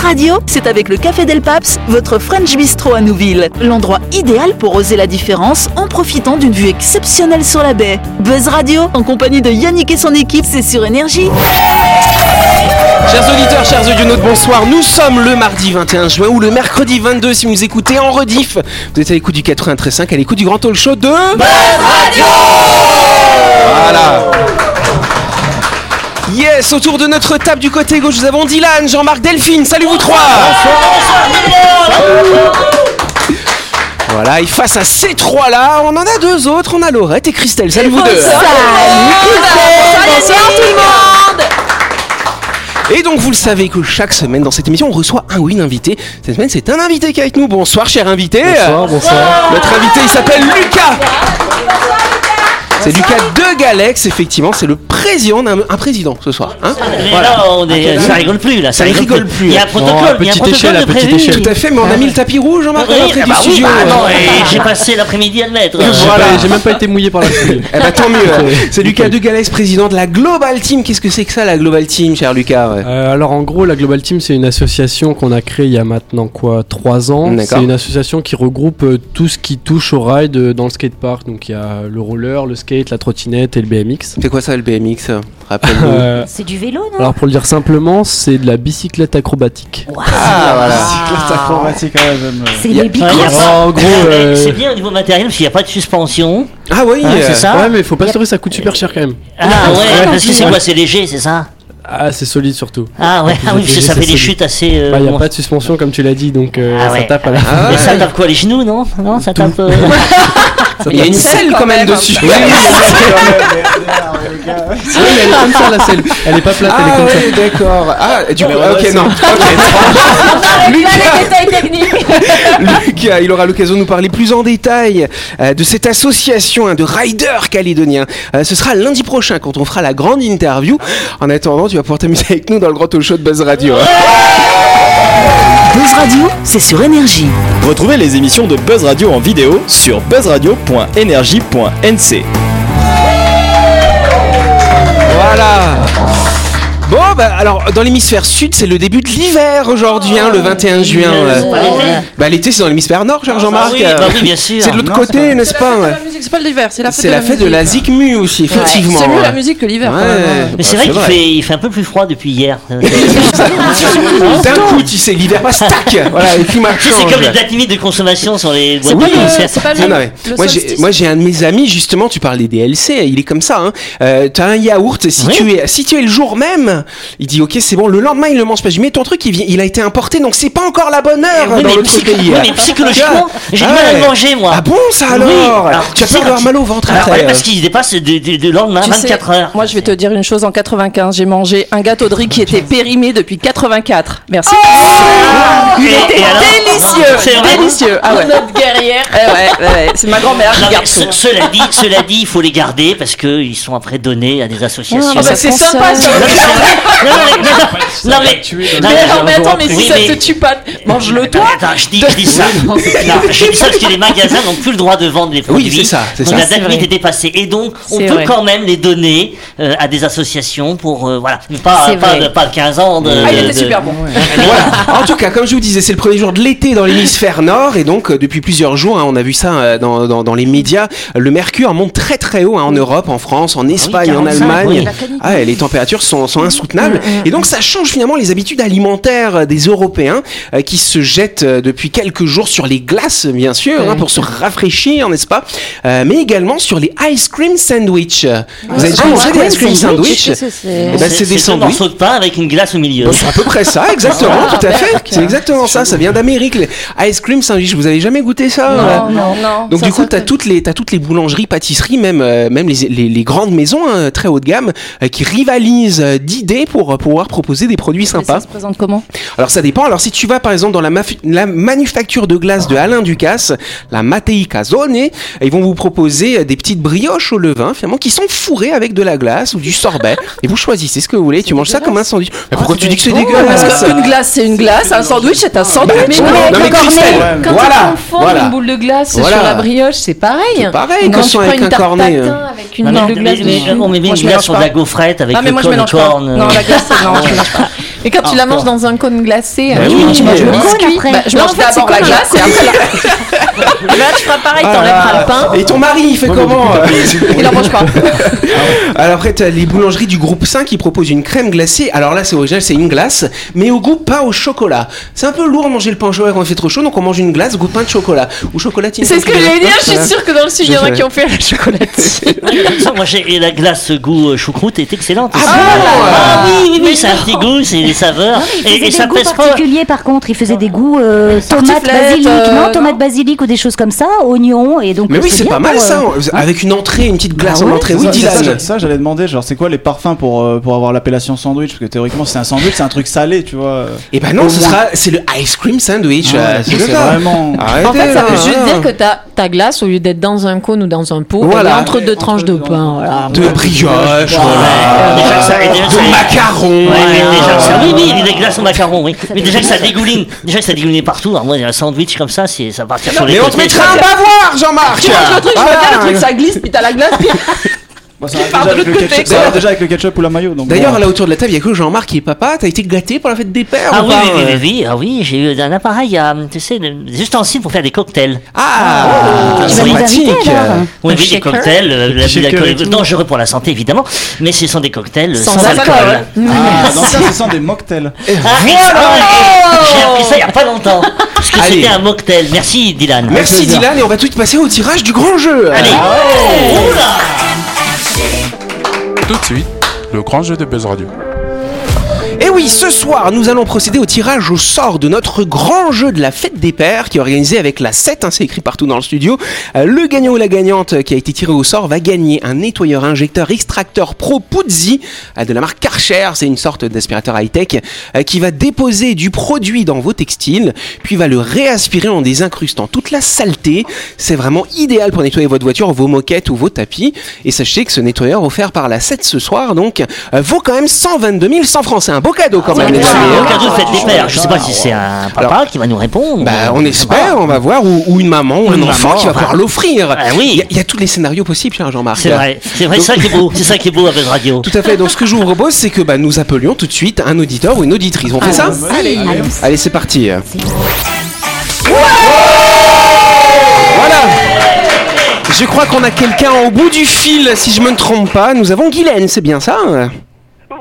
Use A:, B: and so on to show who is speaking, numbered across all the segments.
A: radio, c'est avec le Café Del Paps, votre French Bistro à Nouville. L'endroit idéal pour oser la différence en profitant d'une vue exceptionnelle sur la baie. Buzz Radio, en compagnie de Yannick et son équipe, c'est sur Énergie.
B: Chers auditeurs, chers audionautes, bonsoir. Nous sommes le mardi 21 juin ou le mercredi 22 si vous nous écoutez en rediff. Vous êtes à l'écoute du 93.5, à l'écoute du grand talk show de... Voilà Yes, autour de notre table du côté gauche, nous avons Dylan, Jean-Marc, Delphine. Salut vous trois Voilà, et face à ces trois-là, on en a deux autres. On a Laurette et Christelle. Salut vous deux Et donc vous le savez que chaque semaine dans cette émission, on reçoit un ou une invitée. Cette semaine, c'est un invité qui est avec nous. Bonsoir, cher invité
C: Bonsoir, bonsoir.
B: Notre invité, il s'appelle Lucas. C'est Lucas de Galex, effectivement, c'est le président d'un un président ce soir. hein.
D: Mais
B: Voilà.
D: là, on
C: Ah,
D: est, ça rigole plus, là. Ça,
B: Ça rigole plus.
D: Il y a un
C: Non, à
D: protocole, il y a
C: petite
D: un protocole
C: échelle,
D: de
C: à
D: prévu.
C: petite échelle.
B: Tout à fait, mais on a mis le tapis rouge, Jean-Marc, à
D: Oui,
B: l'entrée
D: ah
B: du
D: bah oui,
B: studio. euh,
D: bah non, et j'ai passé l'après-midi à le mettre. euh,
C: J'ai
B: Voilà.
C: pas- J'ai même pas été mouillé par la pluie.
B: Eh ben tant mieux. C'est Lucas de Galex, président de la Global Team. Qu'est-ce que c'est que ça, la Global Team, cher Lucas ouais
C: Euh, alors en gros, la Global Team, c'est une association qu'on a créée il y a maintenant quoi, trois ans.
B: D'accord.
C: C'est une association qui regroupe euh, tout ce qui touche au ride euh, dans le skatepark. Donc il y a le roller, le skate, la trottinette et le BMX.
B: C'est quoi ça, le BMX euh Rappelle-nous.
C: Euh,
E: C'est du vélo, non
C: alors pour le dire simplement, c'est de la bicyclette acrobatique.
B: Ah, voilà.
E: voilà. C'est
B: Y a-
D: Ouais,
E: les
D: il y a
E: bicrosses.
D: pas-
C: en gros,
D: mais
C: euh,
D: C'est bien au niveau matériel parce qu'il n'y a pas de suspension.
B: Ah oui,
D: Hein,
B: euh,
D: c'est ça
C: Ouais, mais faut pas se leurrer, ça coûte super cher quand même.
D: Ah ouais, parce que c'est
C: Ouais.
D: quoi C'est léger, c'est ça
C: Ah, c'est solide surtout.
D: Ah ouais, ah oui, parce que ça
C: C'est
D: fait des
C: solide.
D: chutes assez. euh,
C: Bah, y a
D: bon.
C: pas de suspension comme tu l'as dit, donc euh,
D: Ah
C: ça
D: ouais.
C: tape à la.
B: Ah
D: Mais
B: ouais.
D: ça tape quoi Les genoux, non Non, ça tape. euh,
B: il y a une selle quand même dessus.
C: Ouais, mais elle est comme ça la selle. Elle est pas plate, elle est
B: Ah
C: comme ça.
B: ouais, d'accord. Ah, du coup, ah, ok, non. Lucas, Lucas, il aura l'occasion de nous parler plus en détail euh, de cette association hein, de riders calédoniens. Euh, ce sera lundi prochain quand on fera la grande interview. En attendant, tu vas pouvoir t'amuser avec nous dans le grand talk show de Buzz Radio. hein.
A: Buzz Radio, c'est sur Énergie.
F: Retrouvez les émissions de Buzz Radio en vidéo sur buzzradio.energie.nc.
B: Voilà. Bon, bah, alors, dans l'hémisphère sud, c'est le début de l'hiver aujourd'hui, hein, le 21 juin.
D: euh, c'est pas
B: ouais.
D: l'été.
B: Bah, l'été, c'est dans l'hémisphère nord, cher Jean-Marc.
D: oui, bah oui, bien sûr.
B: C'est de l'autre côté, n'est-ce pas, ouais.
G: La musique, c'est pas l'hiver, c'est la fête
B: C'est la fête de la
G: musique.
B: Zikmu aussi, effectivement.
G: C'est mieux la
B: ouais.
G: musique que l'hiver.
B: Ouais.
G: quand même, hein.
D: Mais c'est
B: Ah,
D: vrai qu'il fait, il fait un peu plus froid depuis hier. C'est
B: D'un coup, tu sais, l'hiver passe, tac Voilà, le climat
D: c'est
B: change.
D: comme les dates limites de consommation sur les boîtes
G: pas
D: de
G: le-
D: concert.
G: c'est pas le-
B: Ah non, mais
G: Le
B: moi, j'ai,
G: solstice.
B: moi j'ai un de mes amis justement, tu parles des DLC, il est comme ça. Hein. Euh, t'as un yaourt, si,
D: Oui.
B: tu es, si tu es le jour même, il dit ok c'est bon, le lendemain il le mange pas. Je dis mais ton truc il, vient- il a été importé donc c'est pas encore la bonne heure
D: Ah Oui,
B: dans
D: mais,
B: l'autre
D: psych-
B: pays.
D: oui, mais psychologiquement,
B: Ah,
D: j'ai
B: ah
D: du mal à le
B: ouais.
D: manger, moi.
B: Ah bon ça alors,
D: Oui, alors,
B: Tu as
D: tu sais,
B: peur d'avoir
D: quand-
B: mal au ventre
D: Alors,
B: après. euh.
D: ouais, parce qu'il dépasse du, du, du lendemain
G: Tu sais,
D: 24 heures.
G: Moi, je vais te dire une chose. En 95, j'ai mangé un gâteau de riz qui était périmé depuis 84. Merci.
D: Il était
G: délicieux,
D: C'est vrai
G: délicieux. Ah ouais. Eh Notre guerrière. C'est ma grand-mère
D: Non,
G: qui
D: mais
G: garde
D: ce-
G: tout.
D: cela dit, cela dit, il faut les garder parce que ils sont après donnés à des associations.
G: Ah, bah,
B: c'est
G: ça
B: sympa,
G: consomme.
B: ça.
D: Non, mais c'est vrai. Non, mais- non, mais- non,
G: Mais
D: mais-
G: non, mais attends, mais
D: Oui,
G: si ça
D: mais- Euh,
G: te tue pas, mange-le toi.
D: Attends, attends, je dis, je dis ça. Non, je dis ça parce que les magasins n'ont plus le droit de vendre les produits.
B: c'est ça, c'est
D: donc
B: ça.
D: la
G: C'est
D: date limite
G: vrai.
D: est dépassée. Et donc, on
G: C'est
D: peut
G: vrai.
D: quand même les donner euh, à des associations pour, euh, voilà, Mais pas,
E: C'est
D: pas,
E: vrai.
D: de- pas de 15 ans. De,
G: Ah, il
D: de-
G: était super bon.
B: Voilà. En tout cas, comme je vous disais, c'est le premier jour de l'été dans l'hémisphère nord et donc euh, depuis plusieurs jours, hein, on a vu ça euh, dans, dans, dans les médias, le mercure monte très très haut hein, en Europe, en France, en Espagne, en
D: 45, oui.
B: Allemagne.
D: La
B: Ah, et les températures sont, sont insoutenables et donc ça change finalement les habitudes alimentaires euh, des Européens euh, qui se jettent euh, depuis quelques jours sur les glaces, bien sûr, hein, pour se rafraîchir, n'est-ce pas Euh, Mais également sur les ice cream sandwich. Vous avez
G: Ah,
B: déjà mangé Ah, des ice cream sandwich Eh
D: C'est
E: C'est
B: ben, c'est des
D: c'est deux
B: sandwichs.
D: morceaux de pain avec une glace au milieu.
B: Bon, Euh, C'est à peu près ça, exactement,
G: Ah,
B: tout à fait.
G: d'accord.
B: C'est exactement ça, ça vient d'Amérique. les Ice cream sandwich, vous avez jamais goûté ça
G: Non,
B: ouais.
G: non, non.
B: Donc
G: Ça,
B: du coup,
G: ça,
B: t'as
G: ça-
B: toutes les t'as toutes les boulangeries, pâtisseries, même euh, même les, les, les grandes maisons hein, très haut de gamme euh, qui rivalisent euh, d'idées pour euh, pouvoir proposer des produits
G: Mais
B: sympas.
G: Ça se présente comment
B: Alors ça dépend. Alors si tu vas par exemple dans la, maf- la manufacture de glace de Alain Ducasse, la Mattei Casone, ils vont vous proposer euh, des petites brioches au levain finalement qui sont fourrées avec de la glace ou du sorbet et vous choisissez ce que vous voulez. Tu manges ça comme un sandwich. Mais
H: Ah,
B: pourquoi tu dis que c'est
H: Oh,
B: dégueulasse
G: Parce qu'une glace, c'est une glace. Un sandwich, c'est un sandwich.
B: Mais non, non, mais Christelle,
H: Quand
B: voilà,
H: tu confonds
B: voilà.
H: une boule de glace
B: Voilà.
H: sur la brioche, c'est pareil.
B: C'est pareil,
H: Quand
B: que ce
H: tu
B: soit
H: prends
B: avec
H: une
B: un
H: tarte
B: cornet,
H: tatin
B: euh.
H: avec
D: Non,
H: une
D: non,
H: boule de glace
D: mais-
H: dessus.
D: on met
G: Moi,
D: une
G: je
D: glace
G: mélange
D: sur
G: pas.
D: de la gaufrette avec
G: Ah, mais
D: le
G: moi, je
D: cône
G: mélange pas.
D: corne. euh.
G: Non, la glace, c'est- non, je mélange pas.
H: Et quand tu la manges dans un cône glacé, hein. avec
B: oui,
H: du
B: tu manges
H: biscuit,
B: le
H: biscuit,
I: cône après.
H: bah, je
G: Bah, en
H: mange
G: fait, c'est
H: d'abord la
G: comme
H: glace et après la. Là, tu feras
B: Ah
H: pareil, t'enlèveras le pain.
B: Et ton mari, il fait comment
H: Il en mange pas.
B: Alors après, t'as les boulangeries du groupe 5 qui proposent une crème glacée. Alors là, c'est original, c'est une glace, mais au goût pas au chocolat. C'est un peu lourd de manger le pain au chocolat quand il fait trop chaud, donc on mange une glace goût pain de chocolat ou chocolatine.
H: C'est ce que j'allais dire, je suis
B: Voilà.
H: sûre que dans le sud, il y en a
B: savais.
H: qui ont fait la chocolatine.
D: Moi, j'ai et la glace goût euh, choucroute est excellente. aussi.
B: bon
D: Ah oui, oui, oui, c'est un petit goût, c'est des saveurs.
I: Il
D: Et,
I: faisait
D: et
I: des
D: ça
I: goûts
D: pèse pas.
I: particuliers par contre, il faisait des goûts euh, tomates
G: tartiflette,
I: basilic,
G: euh,
I: non tomate basilic ou des choses comme ça, oignons et donc.
B: Mais oui, c'est
I: bien
B: pas mal
I: pour, euh,
B: ça. Avec une entrée, une petite glace
I: Ah ouais,
B: en entrée. Oui,
E: ça, ça,
B: Dylan.
E: j'a- ça, j'allais demander, genre, c'est quoi les parfums pour, euh, pour avoir l'appellation sandwich Parce que théoriquement, c'est un sandwich, c'est un truc salé, tu vois.
B: Et ben non, ce sera, c'est le ice cream sandwich.
E: Ah,
B: euh,
E: c'est
B: c'est
E: c'est
B: ça.
E: vraiment.
B: Arrêtez,
H: En fait, ça veut
B: là,
H: juste
B: hein.
H: dire que ta, ta glace, au lieu d'être dans un cône ou dans un pot,
B: Voilà.
H: elle est entre deux tranches de pain. Voilà.
B: de brioche,
D: Ouais, déjà que ça- et déjà que ça-
B: de macarons.
D: Ouais, mais déjà que ça, oui, oui, les glaces au macaron, oui. Mais déjà que ça dégouline, déjà que ça dégouline partout. Alors moi, un sandwich comme ça, c'est, ça va partir sur les
B: Mais on te
D: côtés.
B: mettra un bavoir, Jean-Marc.
G: Tu manges le truc, je vois bien le
B: Voilà.
G: truc, ça glisse, puis t'as la glace, puis
E: Bon, ça va
G: part de
E: déjà avec
G: l'autre
E: le
G: côté,
E: ketchup- ça va déjà avec le ketchup ou la mayo. donc
B: D'ailleurs,
E: bon.
B: là autour de la table, il y a que Jean-Marc qui est papa. T'as été gâté pour la fête des pères
D: Ah
B: ou
D: oui,
B: pas
D: oui, oui, oui, oui, ah oui, j'ai eu un appareil à, tu sais, de- des ustensiles pour faire des cocktails. Oh,
B: Ah,
I: tu vas nous
B: sympathique.
I: inviter, euh, alors.
D: Oui,
H: Un
D: oui, des
H: shaker
D: cocktails, euh, la-
E: Shaker
D: l'alcool
E: Bah, et tout.
D: est dangereux pour la santé évidemment, mais ce sont des cocktails sans, alcool.
E: Ah, dans ça, ce sont des mocktails.
D: Ah,
E: Oh
D: ah, J'ai appris ça il y a pas longtemps, parce que
B: Allez.
D: c'était un mocktail. Merci Dylan. Ah
B: Merci Dylan et on va tout de suite passer au tirage du grand jeu.
D: Allez.
B: Oh
D: Oula.
J: Tout de suite, le grand jeu de Buzz Radio.
B: Et Eh oui, ce soir, nous allons procéder au tirage au sort de notre grand jeu de la fête des pères qui est organisé avec la 7, hein, c'est écrit partout dans le studio. Euh, le gagnant ou la gagnante euh, qui a été tiré au sort va gagner un nettoyeur injecteur extracteur Pro Puzzi euh, de la marque Karcher, c'est une sorte d'aspirateur high-tech euh, qui va déposer du produit dans vos textiles, puis va le réaspirer en désincrustant toute la saleté. C'est vraiment idéal pour nettoyer votre voiture, vos moquettes ou vos tapis. Et sachez que ce nettoyeur offert par la 7 ce soir, donc, euh, vaut quand même 122 000 100 francs. C'est un beau cadeau quand même, les amis. hein.
D: Aucun doute, faites des pères. Je sais pas si c'est un papa
B: Alors-
D: qui va nous répondre.
B: Bah, on espère, on va voir, ou, ou une maman, ou un
D: Une
B: enfant
D: maman,
B: qui va
D: enfin.
B: pouvoir l'offrir.
D: Ah
B: Il
D: oui.
B: y, a- il y a tous les scénarios possibles, hein, Jean-Marc.
D: C'est vrai, c'est vrai, c'est ça qui est beau, c'est ça qui est beau à Buzz Radio.
B: Tout à fait. Donc, ce que je vous propose, c'est que bah, nous appelions tout de suite un auditeur ou une auditrice. On fait ça
I: Allez, allons-y.
B: Allez, c'est parti. Voilà. Je crois qu'on a quelqu'un au bout du fil, si je me ne trompe pas. Nous avons Guylaine, c'est bien ça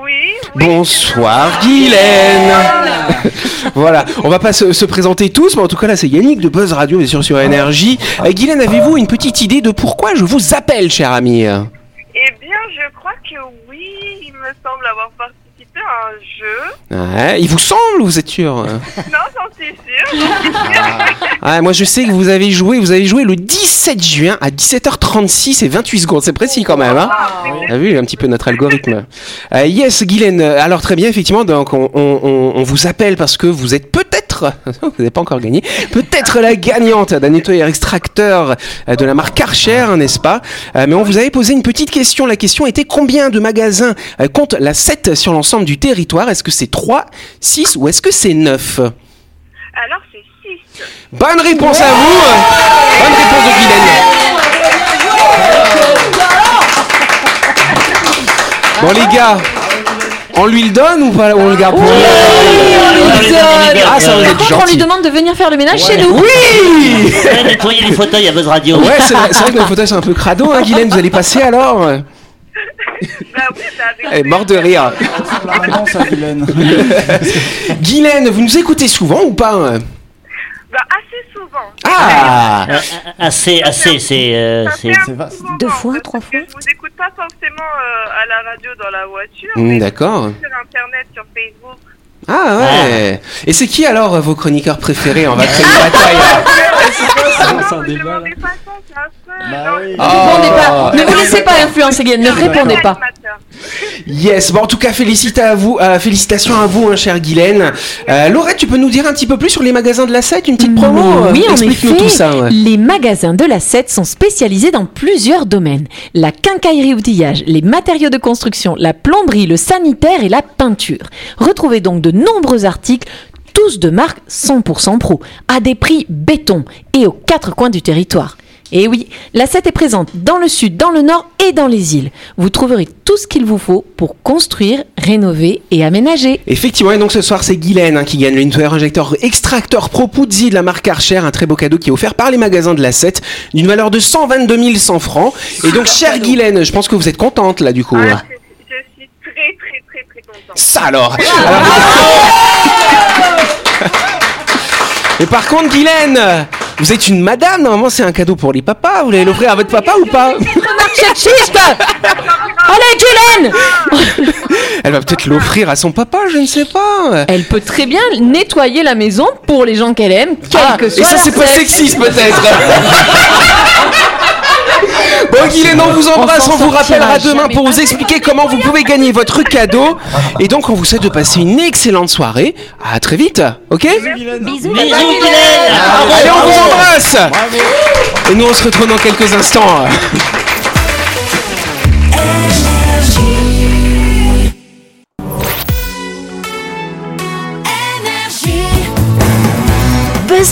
B: oui. Bonsoir Guylaine. voilà, on va pas se, se présenter tous, mais en tout cas là c'est Yannick de Buzz Radio, bien sûr sur Énergie. Euh, Guylaine, avez-vous une petite idée de pourquoi je vous appelle, cher ami
K: Eh bien, je crois que oui, il me semble avoir participé à un jeu.
B: Ouais, Il vous semble, vous êtes sûr
K: Non, j'en suis sûre.
B: Ah, moi je sais que vous avez joué, vous avez joué le 17 juin à 17h36 et 28 secondes, c'est précis quand même. Hein T'as vu un petit peu notre algorithme. Euh, yes, Guylaine. euh, Alors très bien, effectivement, donc on, on- on- on vous appelle parce que vous êtes peut-être, vous n'avez pas encore gagné, peut-être la gagnante d'un nettoyeur extracteur euh, de la marque Karcher, hein, n'est-ce pas Euh, Mais on vous avait posé une petite question. La question était combien de magasins euh, compte la 7 sur l'ensemble du territoire Est-ce que c'est 3, 6 ou est-ce que c'est 9
K: Alors, c'est 6.
B: Bonne réponse à vous Bonne réponse de Guylaine Bon les gars, on lui le donne ou pas On le garde pour Ah, ça, vous êtes
H: Par contre, on lui
B: gentil.
H: demande de venir faire le ménage chez nous.
B: Oui
D: Ouais, nettoyer les fauteuils à Buzz Radio.
B: Ouais, c'est vrai, c'est vrai que nos fauteuils sont un peu crado, hein, Guylaine, vous allez passer alors
K: Bah oui, bah avec
B: Elle est morte de rire.
E: C'est la maman, ça, Guylaine.
B: Guylaine, vous nous écoutez souvent ou pas
K: Bah assez souvent.
B: Ah
D: Euh, Assez, assez, c'est. euh,
K: Ça
D: c'est-
K: fait un
E: c'est
K: peu
E: va-
K: souvent,
I: Deux fois,
K: parce
I: trois
K: que Je vous écoute pas forcément euh, à la radio dans la voiture,
B: Hmm, D'accord.
K: sur Internet, sur Facebook.
B: Ah ouais Et c'est qui alors vos chroniqueurs préférés On va créer une bataille.
K: Ah, non,
C: Ah, c'est un
K: vous
C: débat,
K: demandez pas ça, c'est un peu...
E: Bah oui.
H: Répondez pas. Ne vous laissez pas influencer, Guylaine. Ne
K: c'est un
H: répondez pas.
K: animateur.
B: Yes, bon en tout cas félicitations à vous, euh, félicitations à vous, hein, chère Guylaine. Euh, Laurette, tu peux nous dire un petit peu plus sur les magasins de la 7, une petite promo
H: Mm, Oui,
B: euh,
H: en
B: Explique-nous
H: effet,
B: tout ça. ouais.
H: les magasins de la 7 sont spécialisés dans plusieurs domaines. La quincaillerie outillage, les matériaux de construction, la plomberie, le sanitaire et la peinture. Retrouvez donc de nombreux articles, tous de marque 100% pro, à des prix béton et aux quatre coins du territoire. Et oui, la 7 est présente dans le sud, dans le nord et dans les îles. Vous trouverez tout ce qu'il vous faut pour construire, rénover et aménager.
B: Effectivement, et donc ce soir, c'est Guylaine hein, qui gagne le nettoyeur injecteur extracteur Propuzzi de la marque Archer, un très beau cadeau qui est offert par les magasins de la 7, d'une valeur de 122 100 francs. Et donc, chère Guylaine, je pense que vous êtes contente là du coup.
K: Ah,
B: Ça alors, Alors, Et par contre, Guylaine, vous êtes une madame, normalement c'est un cadeau pour les papas, vous l'allez l'offrir à votre papa ou pas
H: Allez, Guylaine
B: Elle va peut-être l'offrir à son papa, je ne sais pas.
H: Elle peut très bien nettoyer la maison pour les gens qu'elle aime, quel que
B: Ah,
H: soit
B: Et ça
H: leur
B: c'est pas
H: sexe.
B: sexiste peut-être Bon Guylaine, on vous embrasse,
H: On
B: on
H: s'en
B: vous rappellera
H: sortira
B: demain pour vous expliquer comment vous pouvez gagner votre cadeau. Et donc on vous souhaite de passer une excellente soirée. À très vite, ok Ah,
I: Bisous,
D: Bisous, Guylaine. Bravo,
B: Allez, on vous
D: bravo.
B: embrasse Et nous on se retrouve dans quelques instants.
A: Buzz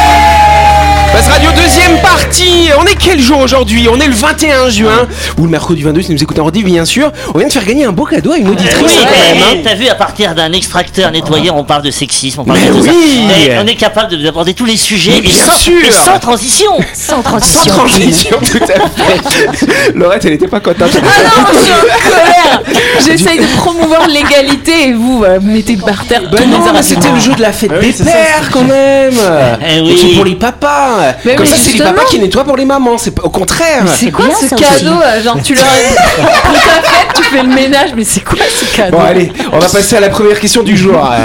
B: Buzz Radio, deuxième partie On est quel jour aujourd'hui On est le 21 juin, ou le mercredi 22 si nous écoutez en rediff bien sûr. On vient de faire gagner un beau cadeau à une
D: Eh
B: auditrice
D: oui,
B: quand
D: eh,
B: même, hein.
D: eh, T'as vu, à partir d'un extracteur nettoyeur, on parle de sexisme, on parle
B: Mais
D: de tout
B: oui.
D: ça. Et on est capable de- d'aborder tous les sujets
B: Mais
D: et,
B: bien
D: sans,
B: sûr.
D: et sans transition. Sans
B: Sans transition, tout à fait. Laurette, elle n'était pas contente.
H: J'essaye de promouvoir l'égalité et vous euh, me mettez par terre.
B: Ben
H: tous mes
B: non, mais
H: arguments.
B: c'était le jeu de la fête des
H: c'est ça,
B: pères quand même.
D: Eh
B: Et
D: oui.
B: C'est pour les papas.
H: Mais
B: Comme
H: oui,
B: ça, c'est les
H: justement.
B: papas qui nettoient pour les mamans. C'est pas- au contraire.
H: Mais c'est quoi
I: bien,
H: ce
I: ça aussi.
H: cadeau euh, Genre tu leur pour ta fête, tu fais le ménage, mais c'est quoi ce cadeau
B: Bon, allez, on va passer à la première question du jour. Ah,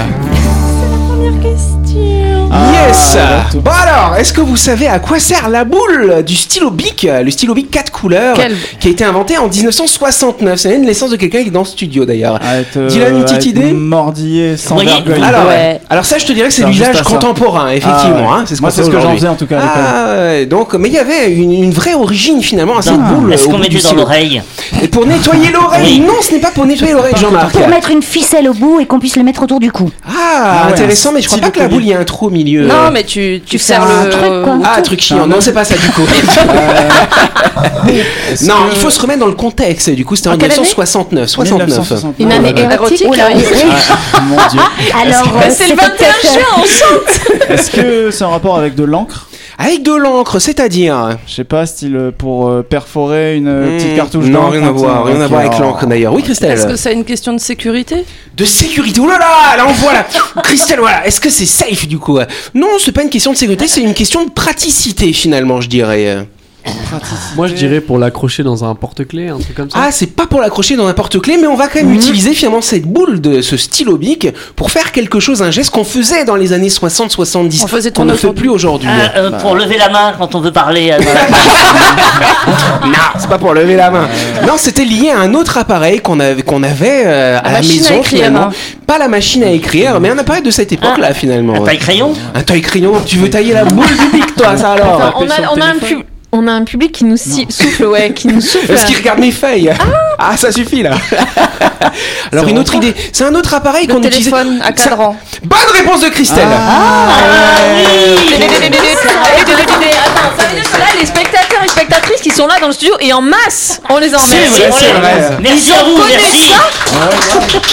B: Yes Bon alors, est-ce que vous savez à quoi sert la boule du stylo bic euh, Le stylo bic 4 couleurs
H: Quel-
B: qui a été inventé en 1969. C'est l'année de naissance de quelqu'un qui est dans le studio d'ailleurs.
E: euh,
B: Dylan, une petite idée
E: Mordillé, sans
D: Voyez.
E: vergogne.
B: alors,
H: Ouais.
B: alors ça, je te dirais que c'est
E: Non,
B: du
E: juste
B: village
E: à ça.
B: contemporain, effectivement.
E: Ah ouais.
B: hein, c'est ce
E: Moi,
B: qu'on
E: c'est
B: fait
E: ce que j'en
B: aujourd'hui.
E: faisais, en tout cas, à l'école.
B: Ah, ouais, donc, mais il y avait une, une vraie origine finalement à cette boule.
D: Est-ce
B: euh, au
D: qu'on
B: bout du
D: mettait dans
B: stylo.
D: l'oreille
B: Et pour nettoyer l'oreille
D: Oui.
B: Non, ce n'est pas pour nettoyer l'oreille, Jean-Marc.
I: Pour mettre une ficelle au bout et qu'on puisse le mettre autour du cou.
B: Ah,
E: Ah ouais,
B: intéressant, mais je crois pas
E: style
B: que la
E: de
B: boule, il y a un trou au milieu.
G: Non, mais tu, tu
I: fais
G: sers
I: un
G: le.
I: truc, quoi.
B: Ah, euh, truc chiant. Non, c'est pas ça du coup. non, il faut se remettre dans le contexte. Du coup, c'était en
G: quelle année
B: 1969. 69.
E: 1969.
H: Une année érotique. hein. Bah,
I: Oh là, oui.
E: Mon dieu.
I: Alors, euh,
H: C'est le
I: c'était
H: 21
I: peut-être, euh,
H: juin, on chante
E: Est-ce que c'est un rapport avec de l'encre
B: Avec de l'encre, c'est-à-dire.
E: Je sais pas, style euh, pour euh, perforer une euh, petite cartouche
B: Hmm. Non,
E: d'encre,
B: rien à
E: hein,
B: voir.
E: tu sais,
B: Rien à
E: ok,
B: voir avec
E: alors.
B: l'encre d'ailleurs. Oui,
G: Est-ce que
B: Christelle.
G: c'est une question de sécurité
B: De sécurité. Oh là là, là on voit là. Christelle, voilà. Est-ce que c'est safe du coup euh? Non, c'est pas une question de sécurité, c'est une question de praticité finalement, je dirais.
C: Moi je dirais pour l'accrocher dans un porte-clés, un truc comme ça.
B: Ah, c'est pas pour l'accrocher dans n'importe clé, mais on va quand
G: Mhm.
B: même utiliser finalement cette boule de ce stylo bic pour faire quelque chose, un geste qu'on faisait dans les années 60-70,
G: On faisait
B: qu'on
G: tourner
B: ne fait
G: autour du-
B: plus aujourd'hui.
D: Ah, euh, Pour lever la main quand on veut parler. euh, dans la-
B: Non, c'est pas pour lever la main. Non, c'était lié à un autre appareil qu'on avait, qu'on avait euh, à la
G: machine à
B: maison
G: écrire,
B: finalement.
G: hein. Ah.
B: Pas la machine à écrire, mais un appareil de cette époque-là finalement.
D: Un taille-crayon
B: Un taille crayon, tu veux tailler la boule du bic toi, ça alors
H: on, a, on a un pub- on a un public qui nous si- souffle, ouais, qui nous souffle. euh,
B: Est-ce qu'il regarde mes feuilles ah, ça suffit là. Alors une autre idée, c'est un autre appareil
G: Le
B: qu'on utilisait.
G: téléphone à
B: Ça-
G: cadran.
B: Bonne réponse de Christelle.
D: Ah,
H: Attends, ça veut dire que là, les spectateurs et spectatrices qui sont là dans le studio et en masse, on les emmène.
D: C'est vrai,
B: c'est
D: on les-
B: vrai.
D: Merci à vous, merci.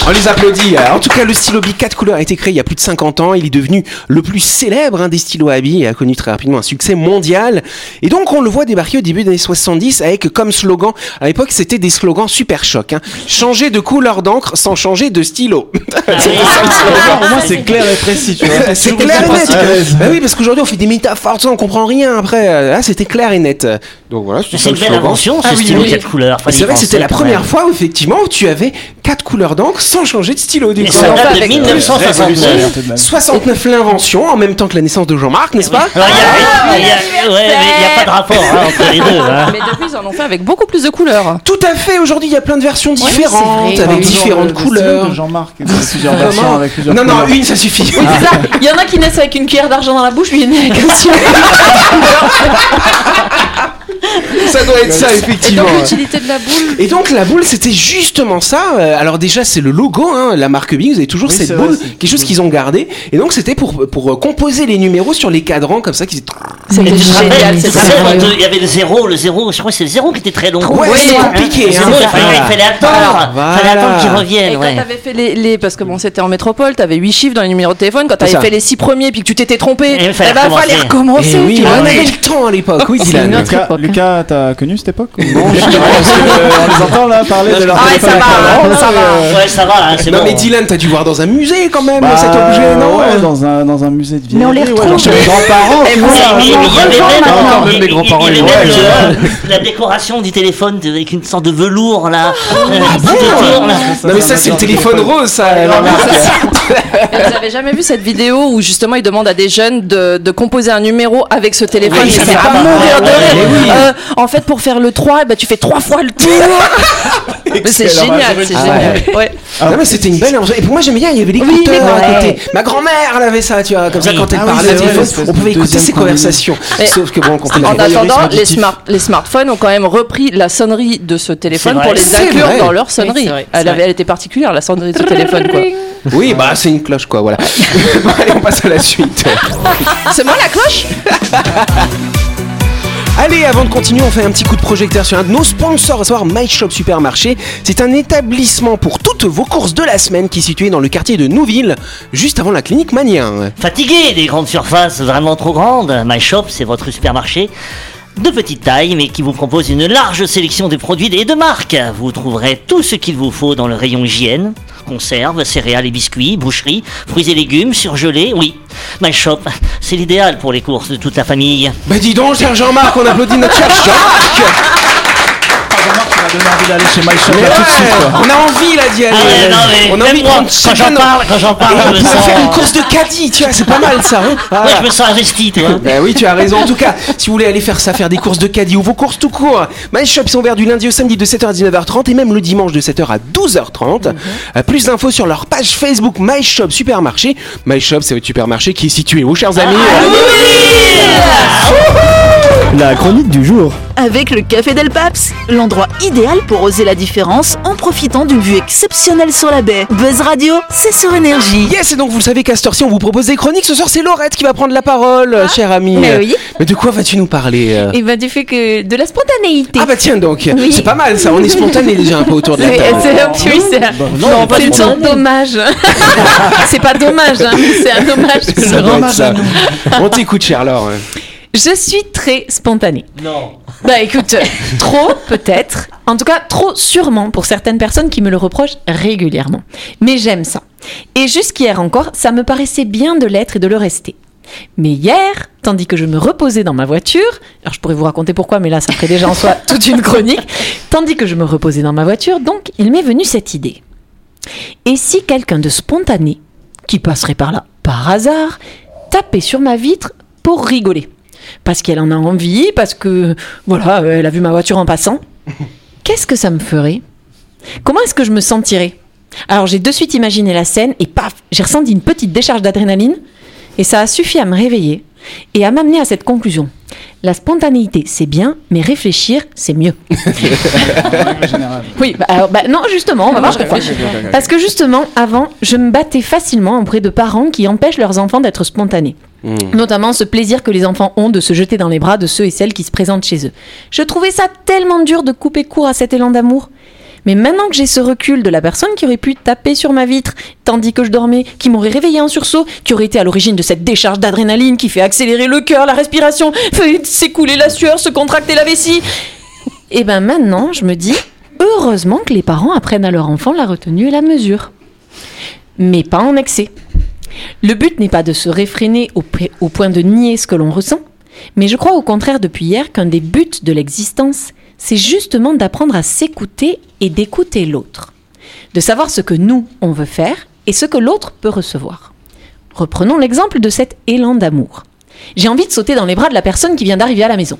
B: On les applaudit. hein. En tout cas, le stylo bic 4 couleurs a été créé il y a plus de 50 ans. Il est devenu le plus célèbre hein, des stylos à billes et a connu très rapidement un succès mondial. Et donc, on le voit débarquer au début des années 70 avec comme slogan, à l'époque, c'était des slogans super chocs. Hein. Changer de couleur d'encre sans changer de stylo.
D: Ah,
E: Alors, Pour moi, c'est clair et précis, tu vois.
B: Ah, C'est clair et net.
E: Ah ouais.
B: Bah oui, parce qu'aujourd'hui, on fait des métaphores, tu sais, on comprend rien après. Là, c'était clair et net. Donc voilà,
D: C'est une belle invention,
B: Ah
D: ce stylo quatre couleurs.
B: Et c'est vrai que
D: Français,
B: c'était la
D: quand
B: première
D: même.
B: fois, où, effectivement, où tu avais quatre couleurs d'encre sans changer de stylo. Du
D: Et
B: coup.
D: ça
B: Alors,
D: date de
G: avec-
D: 1969.
E: Révolutionnaire, tout de même.
B: 69 l'invention, en même temps que la naissance de Jean-Marc, n'est-ce
E: Ah
B: pas
D: Alors, il y
G: Ah,
D: a- il y a- ouais, mais il n'y a pas de rapport hein, entre les deux. hein.
G: Mais depuis, ils en ont fait avec beaucoup plus de couleurs.
B: Tout à fait, aujourd'hui, il y a plein de versions différentes,
H: c'est vrai.
B: avec
E: Toujours
B: différentes
E: le- euh, le stylo
B: couleurs.
E: de Jean-Marc, il y a plusieurs
B: Comment
E: versions avec plusieurs
B: non, non,
E: couleurs.
B: une, ça suffit.
H: C'est ça. Il y en a qui naissent avec une cuillère d'argent dans la bouche, lui il est né avec un stylo.
B: ça doit être ça, effectivement.
L: Et donc l'utilité de la boule.
B: Et donc la boule, c'était justement ça. Euh, Alors déjà, c'est le logo, hein, la marque Bing. Vous avez toujours
E: Oui,
B: cette
E: c'est
B: boule,
E: vrai, c'est-
B: quelque chose qu'ils ont gardé. Et donc c'était pour pour euh, composer les numéros sur les cadrans comme ça. Qui...
D: Et tu te
G: génial,
D: rappelles, tu te
G: c'est
D: rappelles,
G: incroyable.
D: quand, euh, il y avait le zéro, le zéro, je crois que c'est le zéro qui était très long.
B: Ouais, c'est
D: hein.
B: compliqué,
D: Le
B: hein.
D: zéro, il
B: Voilà.
D: fallait, il fallait attendre,
B: Voilà.
D: il fallait attendre qu'il
G: Et
D: revienne.
G: quand
D: ouais.
G: t'avais fait les, les- parce que bon c'était en métropole, t'avais 8 chiffres dans les numéros de téléphone. Quand
B: C'est ça.
G: t'avais fait les 6 premiers puis que tu t'étais trompé,
D: Et il
G: eh
D: fallait
G: ben, fallait recommencer.
B: Eh oui,
G: tu
B: on
G: vois.
B: avait le temps à l'époque. Oui, Dylan.
E: Lucas, Lucas, t'as connu cette époque hein. Non,
B: je-
E: on euh, les entend là parler de leur
B: Ah ouais,
E: téléphone
B: ça va,
E: à
B: hein,
E: cadran,
B: ça
E: là, euh,
D: Ouais, ça va, hein, c'est
B: non
D: bon.
B: mais Dylan, t'as dû voir dans un musée quand même
E: bah,
B: cet objet, non hein.
E: ouais, dans un dans un musée de vieille.
I: Mais on les retrouve.
E: chez mes grands-parents.
I: Eh,
D: Mais-
I: moi,
D: mais- mais il y
I: on en
D: avait
I: revend
D: même-
I: maintenant.
C: même
D: il-
C: mes
D: il-
C: grands-parents,
D: il y
C: ils
D: avait
C: l'ont,
D: même
C: ouais,
D: le- La décoration du téléphone de- avec une sorte de velours là.
B: Ah
D: euh, tout autour, là.
B: Non mais ça c'est le téléphone rose, ça. la marque.
G: Mais Vous avez jamais vu cette vidéo où justement ils demandent à des jeunes de, de composer un numéro avec ce téléphone
D: Oui,
G: et
D: ça
G: c'est
D: va
G: à
D: pas.
G: mourir de
D: Ouais,
G: rire.
D: ouais, oui.
G: Euh, en fait pour faire le 3, bah, tu fais 3 fois le tour. Mais c'est génial, c'est
B: Ah
G: génial. Ouais.
B: non mais c'était une belle invention. Et pour moi j'aimais bien, il y avait l'écouteur
G: les-
B: à
G: ouais.
B: côté. Ma grand-mère elle avait ça, tu vois, comme ça
D: Oui.
B: quand elle
E: Ah oui,
B: parlait
E: c'est
B: au
E: vrai,
B: téléphone,
E: l'espèce
B: on
E: de
B: pouvait écouter
E: deuxième
B: ses
E: combinaison.
B: conversations.
G: Mais-
B: Sauf que bon, quand on
G: En
B: était-
G: attendant, les,
E: auditif.
G: smart- les smartphones ont quand même repris la sonnerie de ce téléphone
D: C'est
G: pour
D: vrai.
G: les
B: C'est
G: inclure
B: vrai.
G: dans leur
D: Oui,
G: sonnerie.
D: c'est vrai, c'est
G: elle, avait-
D: vrai.
G: elle était particulière la sonnerie de ce téléphone. quoi.
B: Oui, bah c'est une cloche quoi, voilà. Bon, Allez, on passe à la suite.
G: C'est moi la cloche
B: Allez, avant de continuer, on fait un petit coup de projecteur sur un de nos sponsors, à savoir My Shop Supermarché. C'est un établissement pour toutes vos courses de la semaine qui est situé dans le quartier de Nouville, juste avant la clinique Mania.
D: Fatigué des grandes surfaces vraiment trop grandes, My Shop, c'est votre supermarché de petite taille, mais qui vous propose une large sélection de produits et de marques. Vous trouverez tout ce qu'il vous faut dans le rayon hygiène, conserves, céréales et biscuits, boucheries, fruits et légumes, surgelés, oui. My Shop, c'est l'idéal pour les courses de toute la famille.
B: Bah dis donc, cher Jean-Marc, on applaudit notre cher Jean-Marc
E: Ça m'a donné envie d'aller chez My Shop
B: Ouais,
E: là, tout de suite. quoi.
B: On a envie là d'y aller
D: Ah ouais, non, mais
B: On a envie
D: même
B: de
D: moi,
B: prendre
D: quand j'en
B: chacun-
D: parle, quand j'en parle,
B: Et
D: je
B: on
D: me
B: pourrait
D: sens-
B: faire une course de caddie, tu vois, c'est pas mal ça hein Ah.
D: Ouais, je me sens investi, tu vois.
B: Bah oui, tu as raison. En tout cas, si vous voulez aller faire ça, faire des courses de caddie ou vos courses tout court, My Shop sont ouverts du lundi au samedi de 7h à 19h30 et même le dimanche de 7h à 12h30.
H: Mhm.
B: Euh, plus d'infos sur leur page Facebook My Shop Supermarché. My Shop, c'est votre supermarché qui est situé aux chers amis.
H: Ah,
F: La chronique du jour.
A: Avec le Café Del Paps, l'endroit idéal pour oser la différence en profitant d'une vue exceptionnelle sur la baie. Buzz Radio, c'est sur énergie.
B: Euh, Yes, et donc vous le savez, Castor, si on vous propose des chroniques, ce soir c'est Laurette qui va prendre la parole, euh, chère amie.
H: Ah. mais oui.
B: Mais de quoi vas-tu nous parler euh
H: Et ben du fait que de la spontanéité.
B: Ah bah tiens donc,
H: Oui.
B: c'est pas mal ça, on est spontané déjà un peu autour de la
H: C'est
B: table.
H: c'est un petit- oui, c'est un-
E: non,
H: non,
E: mais pas
H: c'est
E: spontané.
H: un dommage. c'est pas dommage, hein, c'est un dommage.
B: Ça doit être ça. On t'écoute, cher Laure.
H: Je suis très spontanée.
D: Non.
H: Bah écoute, trop peut-être, en tout cas trop sûrement pour certaines personnes qui me le reprochent régulièrement. Mais j'aime ça. Et jusqu'hier encore, ça me paraissait bien de l'être et de le rester. Mais hier, tandis que je me reposais dans ma voiture, alors je pourrais vous raconter pourquoi, mais là ça ferait déjà en soi toute une chronique, tandis que je me reposais dans ma voiture, donc il m'est venu cette idée. Et si quelqu'un de spontané, qui passerait par là par hasard, tapait sur ma vitre pour rigoler Parce qu'elle en a envie, parce que, voilà, euh, elle a vu ma voiture en passant. Qu'est-ce que ça me ferait Comment est-ce que je me sentirais Alors j'ai de suite imaginé la scène et paf, j'ai ressenti une petite décharge d'adrénaline et ça a suffi à me réveiller et à m'amener à cette conclusion. La spontanéité, c'est bien, mais réfléchir, c'est mieux. Oui, bah, alors, bah, non, justement, on va voir ce que Parce que justement, avant, je me battais facilement auprès de parents qui empêchent leurs enfants d'être spontanés. Notamment ce plaisir que les enfants ont de se jeter dans les bras de ceux et celles qui se présentent chez eux. Je trouvais ça tellement dur de couper court à cet élan d'amour. Mais maintenant que j'ai ce recul de la personne qui aurait pu taper sur ma vitre, tandis que je dormais, qui m'aurait réveillé en sursaut, qui aurait été à l'origine de cette décharge d'adrénaline qui fait accélérer le cœur, la respiration, fait s'écouler la sueur, se contracter la vessie, et ben maintenant, je me dis, heureusement que les parents apprennent à leur enfant la retenue et la mesure. Mais pas en excès. Le but n'est pas de se réfréner au, p- au point de nier ce que l'on ressent, mais je crois au contraire depuis hier qu'un des buts de l'existence, c'est justement d'apprendre à s'écouter et d'écouter l'autre. De savoir ce que nous, on veut faire et ce que l'autre peut recevoir. Reprenons l'exemple de cet élan d'amour. J'ai envie de sauter dans les bras de la personne qui vient d'arriver à la maison.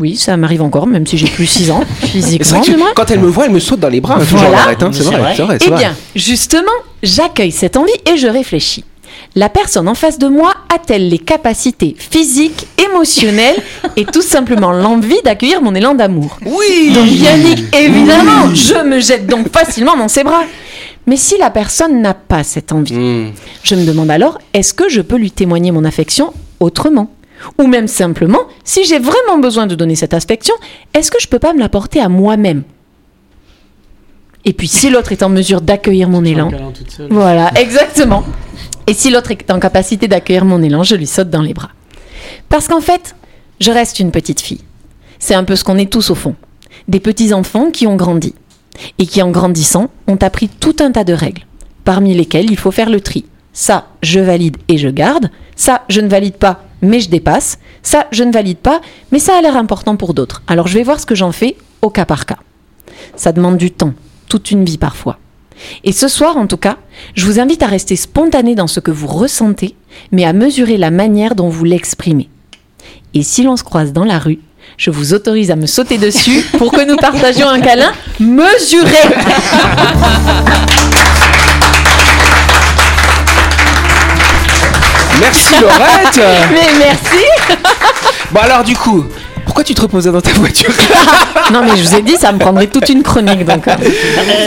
H: Oui, ça m'arrive encore, même si j'ai plus 6 ans
B: Et c'est vrai
H: physiquement.
B: que tu-
H: de moi.
B: quand elle me voit, elle me saute dans les bras. hein, toujours
H: Voilà.
B: Laurette, hein, c'est
D: C'est
B: vrai.
D: vrai.
B: c'est vrai, c'est
H: Eh
B: vrai.
H: bien, justement, j'accueille cette envie et je réfléchis. La personne en face de moi a-t-elle les capacités physiques, émotionnelles et tout simplement l'envie d'accueillir mon élan d'amour
B: Oui
H: Donc Yannick, évidemment, je me jette donc facilement dans ses bras. Mais si la personne n'a pas cette envie,
B: Hmm.
H: je me demande alors, est-ce que je peux lui témoigner mon affection autrement Ou même simplement, si j'ai vraiment besoin de donner cette affection, est-ce que je peux pas me la porter à moi-même Et puis si l'autre est en mesure d'accueillir mon élan, voilà, exactement. Et si l'autre est en capacité d'accueillir mon élan, je lui saute dans les bras. Parce qu'en fait, je reste une petite fille. C'est un peu ce qu'on est tous au fond. Des petits enfants qui ont grandi. Et qui, en grandissant, ont appris tout un tas de règles, parmi lesquelles il faut faire le tri. Ça, je valide et je garde. Ça, je ne valide pas, mais je dépasse. Ça, je ne valide pas, mais ça a l'air important pour d'autres. Alors je vais voir ce que j'en fais au cas par cas. Ça demande du temps, toute une vie parfois. Et ce soir, en tout cas, je vous invite à rester spontané dans ce que vous ressentez, mais à mesurer la manière dont vous l'exprimez. Et si l'on se croise dans la rue, je vous autorise à me sauter dessus pour que nous partagions un câlin mesuré.
B: Merci Laurette
H: Mais merci
B: Bon alors du coup, pourquoi tu te reposais dans ta voiture
H: Non mais je vous ai dit, ça me prendrait toute une chronique donc. euh.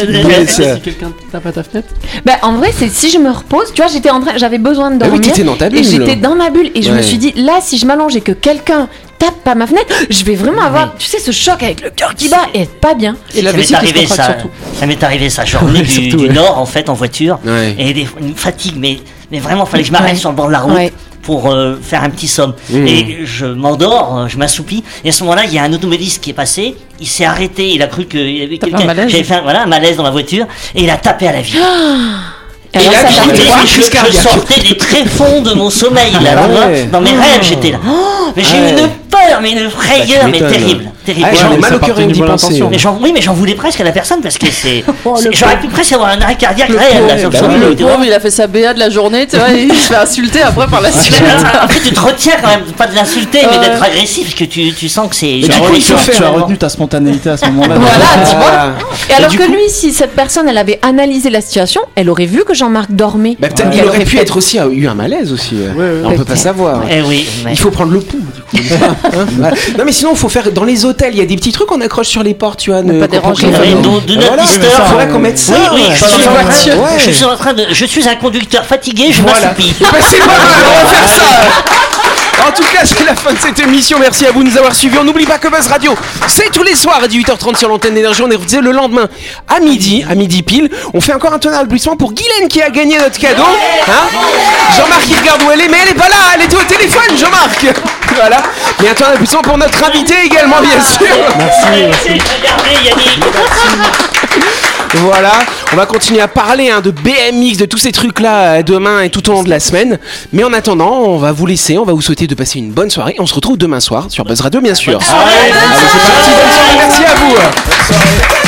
B: Yes.
C: Si quelqu'un tape à ta fenêtre,
H: Bah, en vrai, c'est si je me repose, tu vois, j'étais en train, j'avais besoin de
B: Ah oui,
H: dormir.
B: t'étais dans ta bulle.
H: Et j'étais dans ma bulle et je me
B: Ouais.
H: suis dit là, si je m'allonge et que quelqu'un tape pas ma fenêtre, je vais vraiment avoir, tu sais, ce choc avec le cœur qui bat et être pas bien.
D: ça m'est arrivé ça, ça m'est arrivé ça, je revenais du,
B: surtout,
D: du
B: ouais.
D: nord en fait en voiture
B: Ouais.
D: et des, une fatigue mais mais vraiment fallait que je m'arrête sur le bord de la route
H: Ouais.
D: pour euh, faire un petit somme
B: Mmh.
D: et je m'endors, euh, je m'assoupis et à ce moment-là il y a un automobiliste qui est passé, il s'est arrêté, il a cru que il y avait
G: T'as fait un
D: quelqu'un
G: malaise
D: j'avais fait un, voilà un malaise dans la voiture et il a tapé à la vitre. Et
B: alors,
D: là,
B: ça
D: je,
B: t'a fait
D: je-
B: quoi
D: je- je
B: Cardiaque.
D: sortais des tréfonds de mon sommeil là,
B: Ah
D: tu vois.
B: ouais. Ah
D: dans mes rêves j'étais là. Oh, mais j'ai eu
B: Ouais. Bah,
D: une peur, mais une frayeur, mais
B: m'étonnes.
D: terrible, terrible.
B: Ah,
D: Et
B: j'en ai
D: j'en-
B: mal
C: ça
B: au cœur
C: partait
B: rien que
C: d'une
B: d'y
C: bonne
B: penser.
C: intention.
D: mais j'en- oui, mais j'en voulais presque à la personne parce que c'est.
G: Oh,
D: c'est-
G: le
D: J'aurais
G: pauvre.
D: pu presque avoir un arrêt cardiaque réel là,
B: pauvre,
D: sur
B: bah
D: son
B: oui,
D: vélo,
G: Le
D: tu vois.
G: pauvre, il a fait sa BA de la journée, tu vois, et il se fait insulter après par la suite.
D: Mais alors, Après, tu te retiens quand même, pas de l'insulter, mais
G: Ouais.
D: d'être agressif parce que tu, tu sens que c'est.
E: Tu as
D: c'est
E: retenu-
D: une
E: tu as-
D: punition.
E: tu as
B: hein.
E: retenu ta spontanéité à ce moment-là.
H: Voilà, tu vois.
B: Ah.
H: Et alors
B: du
H: que
B: coup-
H: lui, si cette personne, elle avait analysé la situation, elle aurait vu que Jean-Marc dormait.
B: Bah, peut-être
H: Donc,
B: il
H: elle
B: aurait pu
H: fait-
B: être aussi a eu un malaise aussi. euh.
C: ouais.
B: on peut pas
H: Peut-être.
B: savoir.
D: Eh oui, mais-
B: Il faut prendre le pouls. du coup, n'est-ce pas Hein Voilà. Non mais sinon, il faut faire dans les hôtels. Il y a des petits trucs qu'on accroche sur les portes, tu vois. Ne
G: pas
B: qu'on prend
G: déranger.
B: pas
D: Oui,
B: dans-
D: do- do not
B: Voilà,
D: disturb.
B: mais ça, faudrait qu'on mette ça.
D: Oui, oui, je suis, en train,
B: Ouais.
D: je suis en train de. Je suis un conducteur fatigué, je
B: Voilà.
D: m'assoupis.
B: Bah, c'est pas mal, on va faire ça. En tout cas, c'est la fin de cette émission. Merci à vous de nous avoir suivis. On n'oublie pas que Buzz Radio, c'est tous les soirs à 18h30 sur l'antenne d'énergie. On est refusé le lendemain à midi, à midi pile. On fait encore un tonnerre d'applaudissements pour Guylaine qui a gagné notre cadeau. Hein Jean-Marc, il regarde où elle est, mais elle est pas là. Elle est au téléphone, Jean-Marc. Voilà. Et un tonnerre d'applaudissements pour notre invité également, bien sûr.
D: Regardez, Yannick.
B: Voilà, on va continuer à parler hein, de BMX, de tous ces trucs-là euh, demain et tout au long de la semaine. Mais en attendant, on va vous laisser, on va vous souhaiter de passer une bonne soirée. On se retrouve demain soir sur Buzz Radio, bien sûr. Allez, Ah, bah, c'est parti, bonne soirée, merci à vous.